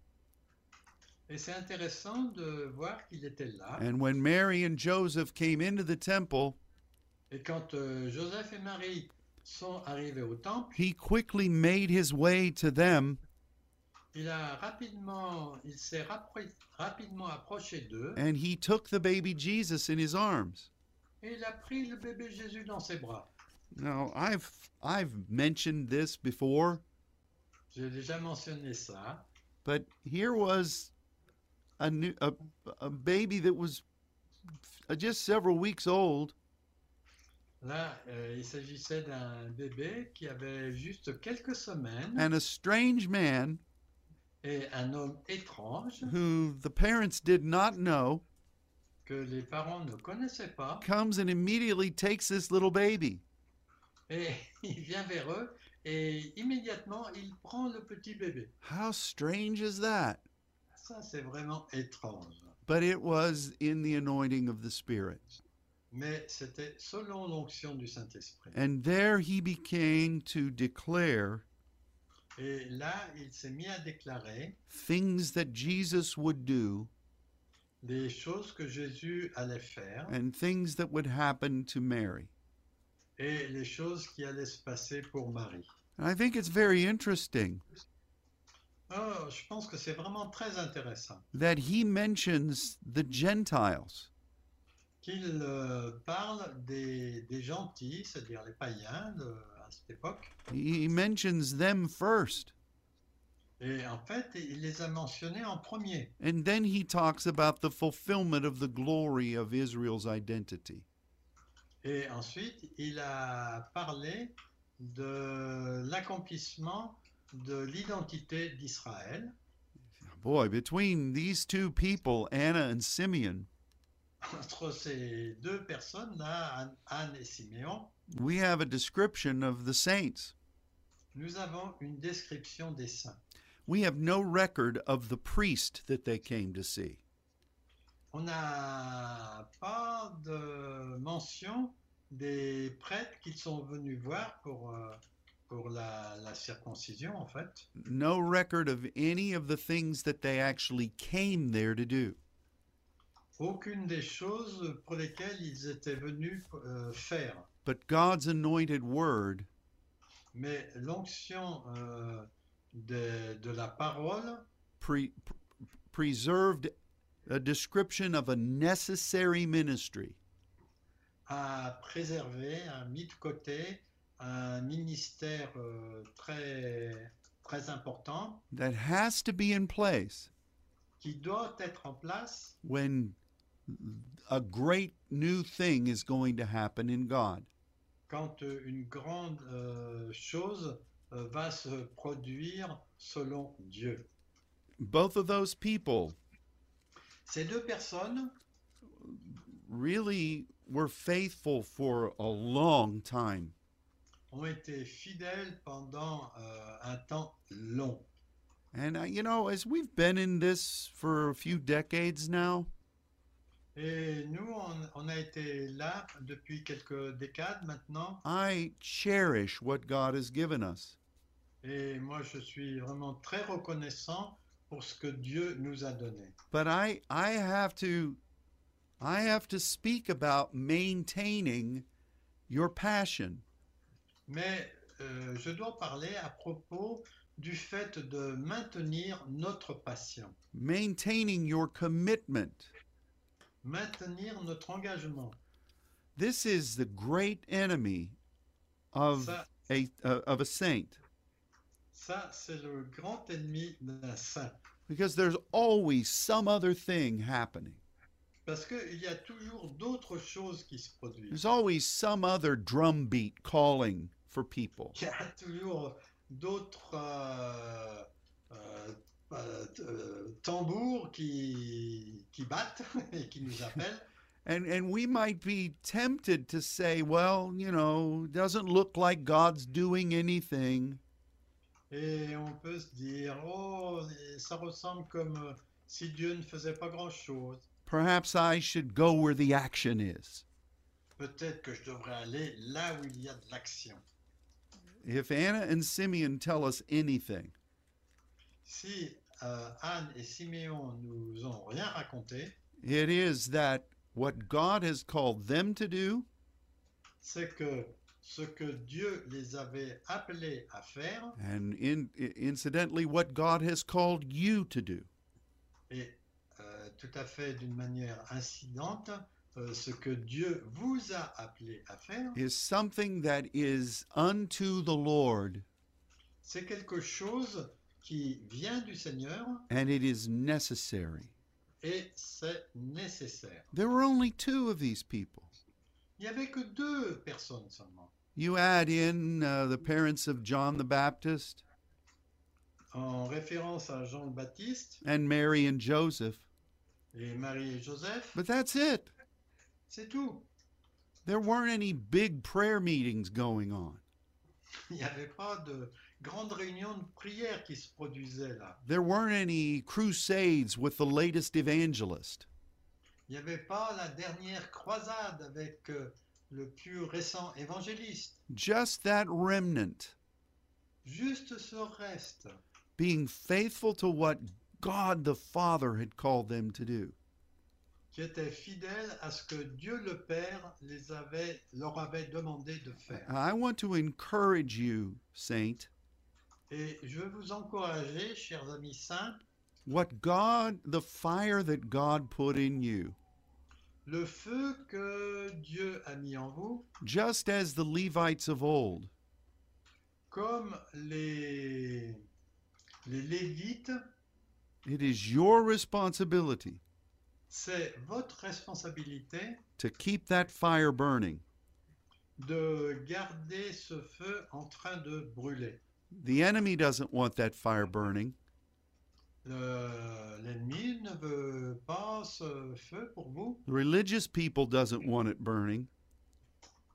Et c'est intéressant de voir qu'il était là.
And when Mary and Joseph came into the temple,
Et quand euh, Joseph et Marie sont arrivés au temple,
he quickly made his way to them
il a rapidement, il s'est rappro- rapidement approché d'eux.
and he took the baby Jesus in his arms.
Et il a pris le bébé Jésus dans ses bras.
Now, I've I've mentioned this before,
J'ai déjà mentionné ça.
but here was a new a, a baby that was just several weeks old
Là, euh, il s'agissait d'un bébé qui avait juste quelques semaines
and a strange man
et un homme étrange
who the parents did not know
que les parents ne connaissaient pas
comes and immediately takes this little baby.
et il vient vers eux et immédiatement il prend le petit bébé.
How strange is that?
Ça, c'est vraiment étrange.
But it was in the anointing of the Spirit.
Mais c'était selon l'onction du Saint-Esprit.
And there he became to declare
Et là, il s'est mis à déclarer
things that Jesus would do
des choses que Jésus allait faire
and things that would happen to Mary.
et les choses qui allaient se passer pour Marie.
And I think it's very interesting
Oh, je pense que c'est vraiment très intéressant
that he mentions the Gentiles.
qu'il euh, parle des, des gentils, c'est-à-dire les païens de- à cette époque.
He mentions them first,
Et en fait, il les a mentionnés en premier.
and then he talks about the fulfillment of the glory of Israel's identity.
Et ensuite, il a parlé de l'accomplissement de l'identité d'Israël.
Boy, between these two people, Anna and Simeon,
entre ces deux personnes, là, Anne- Anne et Siméon,
we have a description of the saints.
nous avons une description des saints.
We have no record of the priest that they came to see.
On n'a pas de mention des prêtres qu'ils sont venus voir pour, euh, pour la, la circoncision, en fait.
No record of any of the things that they actually came there to do.
Aucune des choses pour lesquelles ils étaient venus euh, faire.
But God's anointed word
Mais l'onction euh, de, de la parole
pre- pre- preserved a description of a necessary ministry.
a préservé, a mis de côté un ministère euh, très, très important
that has to be in place
qui doit être en place
when a great new thing is going to happen in God.
quand euh, une grande euh, chose euh, va se produire selon Dieu.
Both of those people
Ces deux personnes
really were faithful for a long time.
ont été fidèles pendant euh, un temps long.
And, uh, you know, as we've been in this for a few decades now,
Et nous, on, on a été là depuis quelques décades maintenant,
I cherish what God has given us.
et moi, je suis vraiment très reconnaissant pour ce que Dieu nous a donné.
But I, I have to. I have to speak about maintaining your passion.
Mais euh, je dois parler à propos du fait de maintenir notre passion,
maintaining your commitment.
maintenir notre engagement.
This is the great enemy of
Ça,
a uh, of a saint
ça c'est le grand ennemi d'un saint.
because there's always some other thing happening.
Parce qu'il y a toujours d'autres choses qui se produisent.
There's always some other drumbeat calling for people.
Il y a toujours d'autres euh, euh, euh, t- euh, tambours qui, qui battent et qui nous appellent.
And and we might be tempted to say, well, you know, doesn't look like God's doing anything.
Et on peut se dire, oh, et ça ressemble comme euh, si Dieu ne faisait pas grand-chose.
Perhaps I should go where the action is.
Peut-être que je devrais aller là où il y a de l'action.
If Anna and Simeon tell us anything,
Si euh, Anne et Siméon nous ont rien raconté,
it is that what God has called them to do
c'est que ce que Dieu les avait appelés à faire,
and in, i- incidentally what god has called you to do
et euh, tout à fait d'une manière incidente, euh, ce que Dieu vous a appelés à faire,
is something that is unto the lord
c'est quelque chose qui vient du Seigneur
and it is necessary
et c'est nécessaire.
there were only two of these people
Il n'y avait que deux personnes seulement.
you add in uh, the parents of john the baptist
En référence à Jean le Baptiste
and mary and joseph
et Marie et Joseph,
but that's it
c'est tout.
there weren't any big prayer meetings going on
Il n'y avait pas de grande réunion de prière qui se produisait là.
there weren't any crusades with the latest evangelist
Il n'y avait pas la dernière croisade avec euh, le plus récent évangéliste.
just that remnant
Juste ce reste,
being faithful to what God the Father had called them to do.
qui était fidèle à ce que Dieu le Père les avait, leur avait demandé de faire.
I want to encourage you, Saint,
Et je veux vous encourager, chers amis saints,
what God, the fire that God put in you,
le feu que Dieu a mis en vous,
just as the Levites of old,
comme les, les Lévites,
it is your responsibility
c'est votre responsabilité
to keep that fire burning.
de garder ce feu en train de brûler.
The enemy doesn't want that fire burning.
Le- L'ennemi ne veut pas ce feu pour vous.
The religious people doesn't want it burning.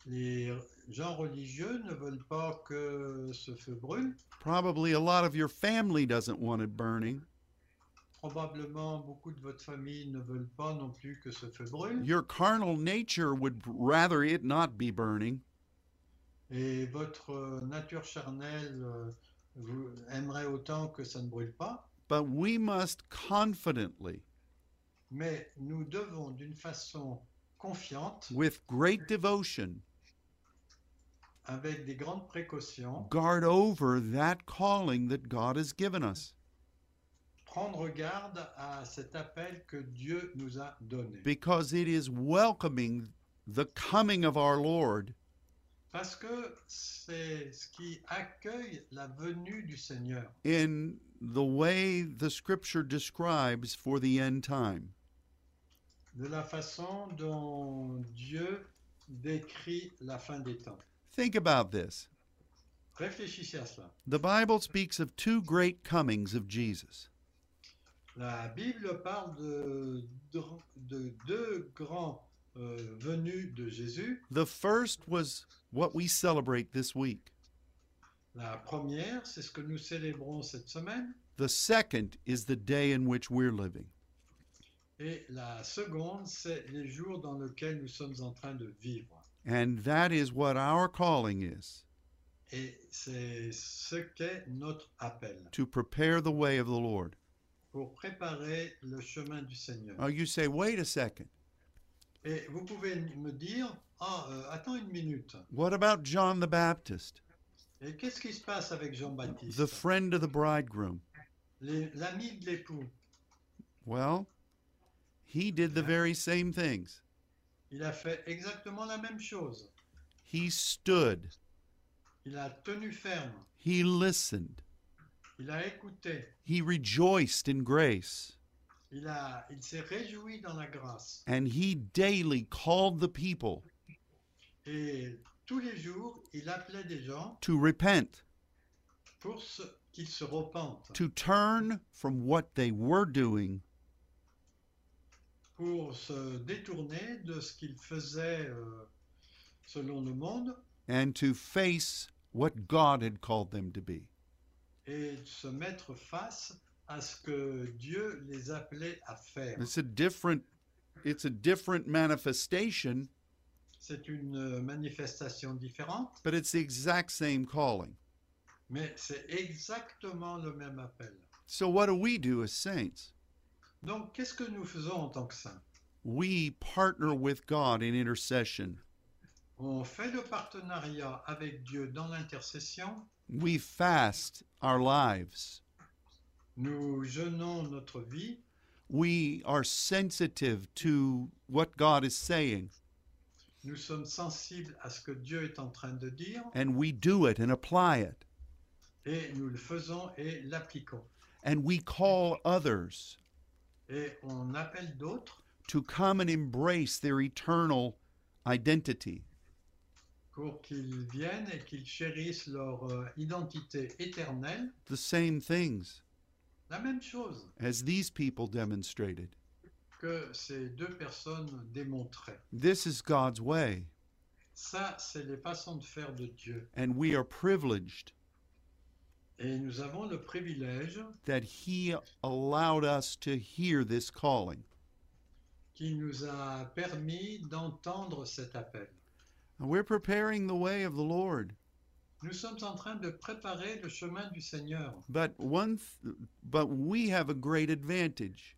Les gens religieux ne veulent pas que ce feu brûle.
Probably a lot of your family doesn't want it burning.
Probablement, beaucoup de votre famille ne veulent pas non plus que ce feu brûle.
Your carnal nature would rather it not be burning.
Et votre euh, nature charnelle euh, vous aimerait autant que ça ne brûle pas.
But we must confidently,
Mais nous devons, d'une façon confiante,
with great devotion,
avec des grandes précautions,
guard over that calling that God has given us.
prendre garde à cet appel que Dieu nous a donné.
because it is welcoming the coming of our Lord
Parce que c'est ce qui accueille la venue du Seigneur
in the way the scripture describes for the end time.
de la façon dont Dieu décrit la fin des temps.
Think about this.
Réfléchissez à cela.
The Bible speaks of two great comings of Jesus.
La Bible parle de, de, de deux grands euh, venus de Jésus.
The first was what we celebrate this week,
La première, c'est ce que nous célébrons cette semaine.
the second is the day in which we're living.
Et la seconde, c'est les jours dans lesquels nous sommes en train de vivre.
And that is what our calling is
Et c'est ce qu'est notre appel
to prepare the way of the Lord.
pour préparer le chemin du Seigneur.
Now you say, wait a second.
Et vous pouvez me dire, ah, euh, attends une minute.
What about John the Baptist,
Et qu'est-ce qui se passe avec
the
Jean-Baptiste,
friend of the bridegroom?
Les- l'ami de l'époux
Well, he did the very same things.
Il a fait exactement la même chose.
He stood,
Il a tenu ferme.
he listened,
Il a écouté.
he rejoiced in grace,
Il a, il s'est réjoui dans la grâce.
and he daily called the people
Et tous les jours, il appelait des gens
to repent,
pour se- qu'ils se repentent,
to turn from what they were doing
pour se détourner de ce qu'ils faisaient euh, selon le monde
and to face what God had called them to be.
et se mettre face à ce que Dieu les appelait à faire.
It's a different it's a different manifestation,
C'est une manifestation différente,
but it's the exact same calling.
mais c'est exactement le même appel.
So what do we do as saints?
Donc, qu'est-ce que nous faisons en tant que saints
We partner with God in intercession.
On fait le partenariat avec Dieu dans l'intercession,
We fast our lives.
nous jeûnons notre vie,
We are sensitive to what God is saying,
nous sommes sensibles à ce que Dieu est en train de dire,
and we do it and apply it.
et nous le faisons et l'appliquons.
And we call others
Et on appelle d'autres
to come and embrace their eternal identity.
pour qu'ils viennent et qu'ils chérissent leur euh, identité éternelle,
The same things
la même chose
as these people demonstrated.
que ces deux personnes démontraient.
This is God's way,
Ça, c'est les façons de faire de Dieu.
and we are privileged
Et nous avons le privilège
that He allowed us to hear this calling.
qui nous a permis d'entendre cet appel.
And we're preparing the way of the Lord.
Nous sommes en train de préparer le chemin du Seigneur,
But one, th- but we have a great advantage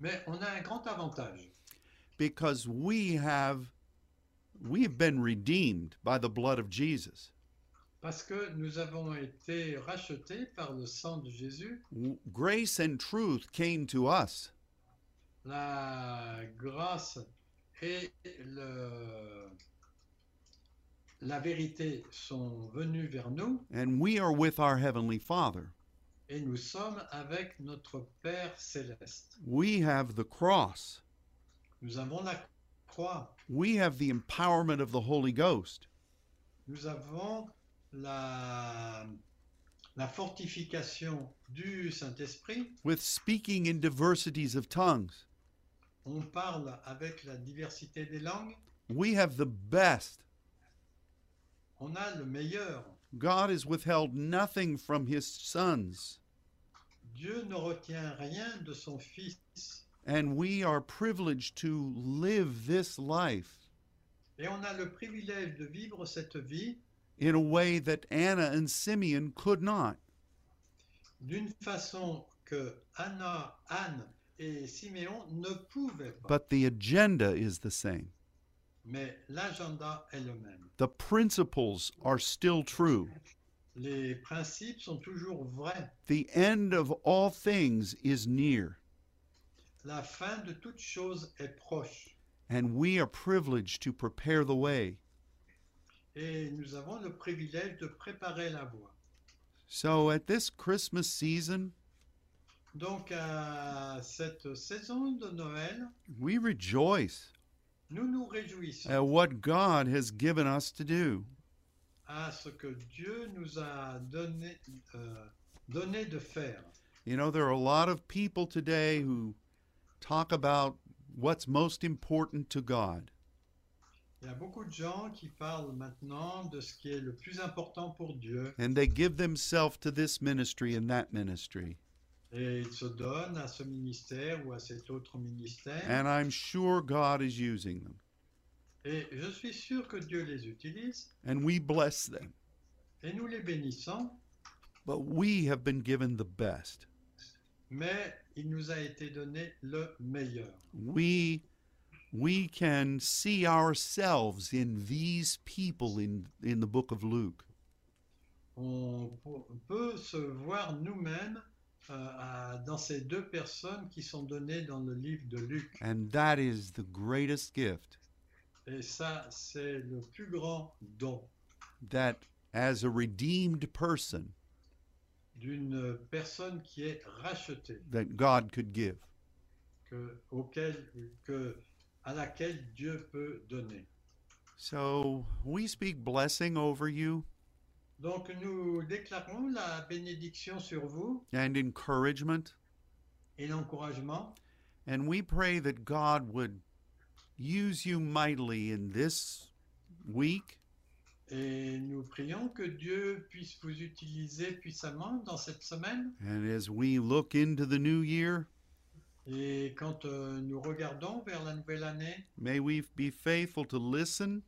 mais on a un grand avantage
because we have, we have been redeemed by the blood of Jesus.
parce que nous avons été rachetés par le sang de Jésus.
W- Grace and truth came to us,
La grâce et le- la vérité sont venues vers nous
and we are with our heavenly Father.
et nous sommes avec notre Père céleste.
We have the cross.
Nous avons la croix,
We have the empowerment of the Holy Ghost.
nous avons la- la fortification du Saint-Esprit,
with speaking in diversities of tongues.
on parle avec la diversité des langues,
We have the best.
on a le meilleur.
God has withheld nothing from his sons,
Dieu ne retient rien de son Fils.
and we are privileged to live this life
Et on a le privilège de vivre cette vie
in a way that Anna and Simeon could not.
d'une façon que Anna, Anne et Siméon ne pouvaient pas.
But the agenda is the same.
Mais l'agenda est le même.
The principles are still true.
Les principes sont toujours vrais.
The end of all things is near,
La fin de toute chose est proche.
and we are privileged to prepare the way.
Et nous avons le privilège de préparer la voie.
So at this Christmas season,
Donc à cette saison de Noël,
we rejoice
nous nous réjouissons
at what God has given us to do.
à ce que Dieu nous a donné, euh, donné de faire.
You know, there are a lot of people today who talk about what's most important to God.
Il y a beaucoup de gens qui parlent maintenant de ce qui est le plus important pour Dieu
and they give themselves to this ministry and that ministry.
et ils se donnent à ce ministère ou à cet autre ministère.
And I'm sure God is using them.
Et je suis sûr que Dieu les utilise
And we bless them.
et nous les bénissons,
But we have been given the best.
mais il nous a été donné le meilleur.
We we can see ourselves in these people in in the book of Luke.
On po- peut se voir nous-mêmes euh, à- dans ces deux personnes qui sont données dans le livre de Luc.
And that is the greatest gift
Et ça, c'est le plus grand don
that as a redeemed person
d'une personne qui est rachetée.
that God could give.
que, auquel, que, à laquelle Dieu peut donner.
So we speak blessing over you
Donc nous déclarons la bénédiction sur vous
and encouragement.
et l'encouragement
And we pray that God would use you mightily in this week
et nous prions que Dieu puisse vous utiliser puissamment dans cette semaine
and as we look into the new year.
et quand euh, nous regardons vers la nouvelle année,
May we be faithful to listen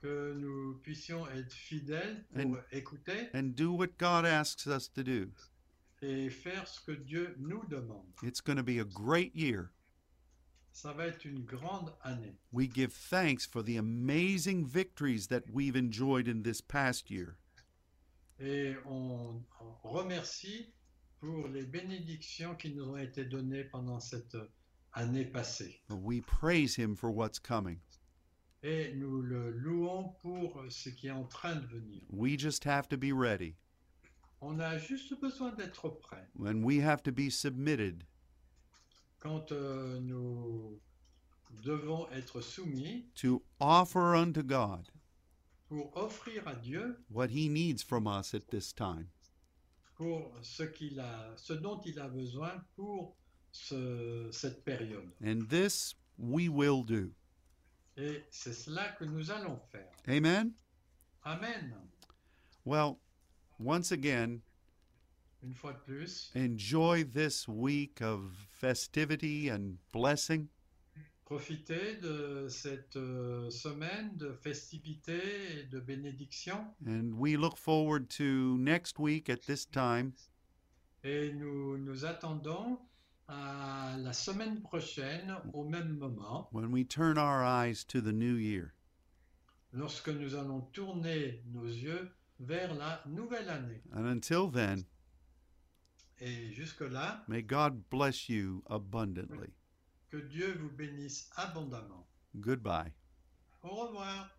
que nous puissions être fidèles pour
Amen.
écouter
and do what God asks us to do.
et faire ce que Dieu nous demande.
It's going to be a great year.
Ça va être une grande année.
We give thanks for the amazing victories that we've enjoyed in this past year.
Et on on remercie pour les bénédictions qui nous ont été données pendant cette année passée.
We praise Him for what's coming.
Et nous le louons pour ce qui est en train de venir.
We just have to be ready
On a juste besoin d'être prêt.
and we have to be submitted
Quand euh, nous devons être soumis
to offer unto God
pour offrir à Dieu
what he needs from us at this time.
pour ce, qu'il a, ce dont il a besoin pour ce- cette période.
And this we will do.
Et c'est cela que nous allons faire.
Amen?
Amen.
Well, once again,
Une fois de plus.
enjoy this week of festivity and blessing.
Profitez de cette euh, semaine de festivités et de bénédictions
And we look forward to next week at this time
et nous nous attendons à la semaine prochaine au même moment
when we turn our eyes to the new year.
lorsque nous allons tourner nos yeux vers la nouvelle année.
And until then,
Et jusque-là,
may God bless you abundantly.
que Dieu vous bénisse abondamment.
Goodbye.
Au revoir.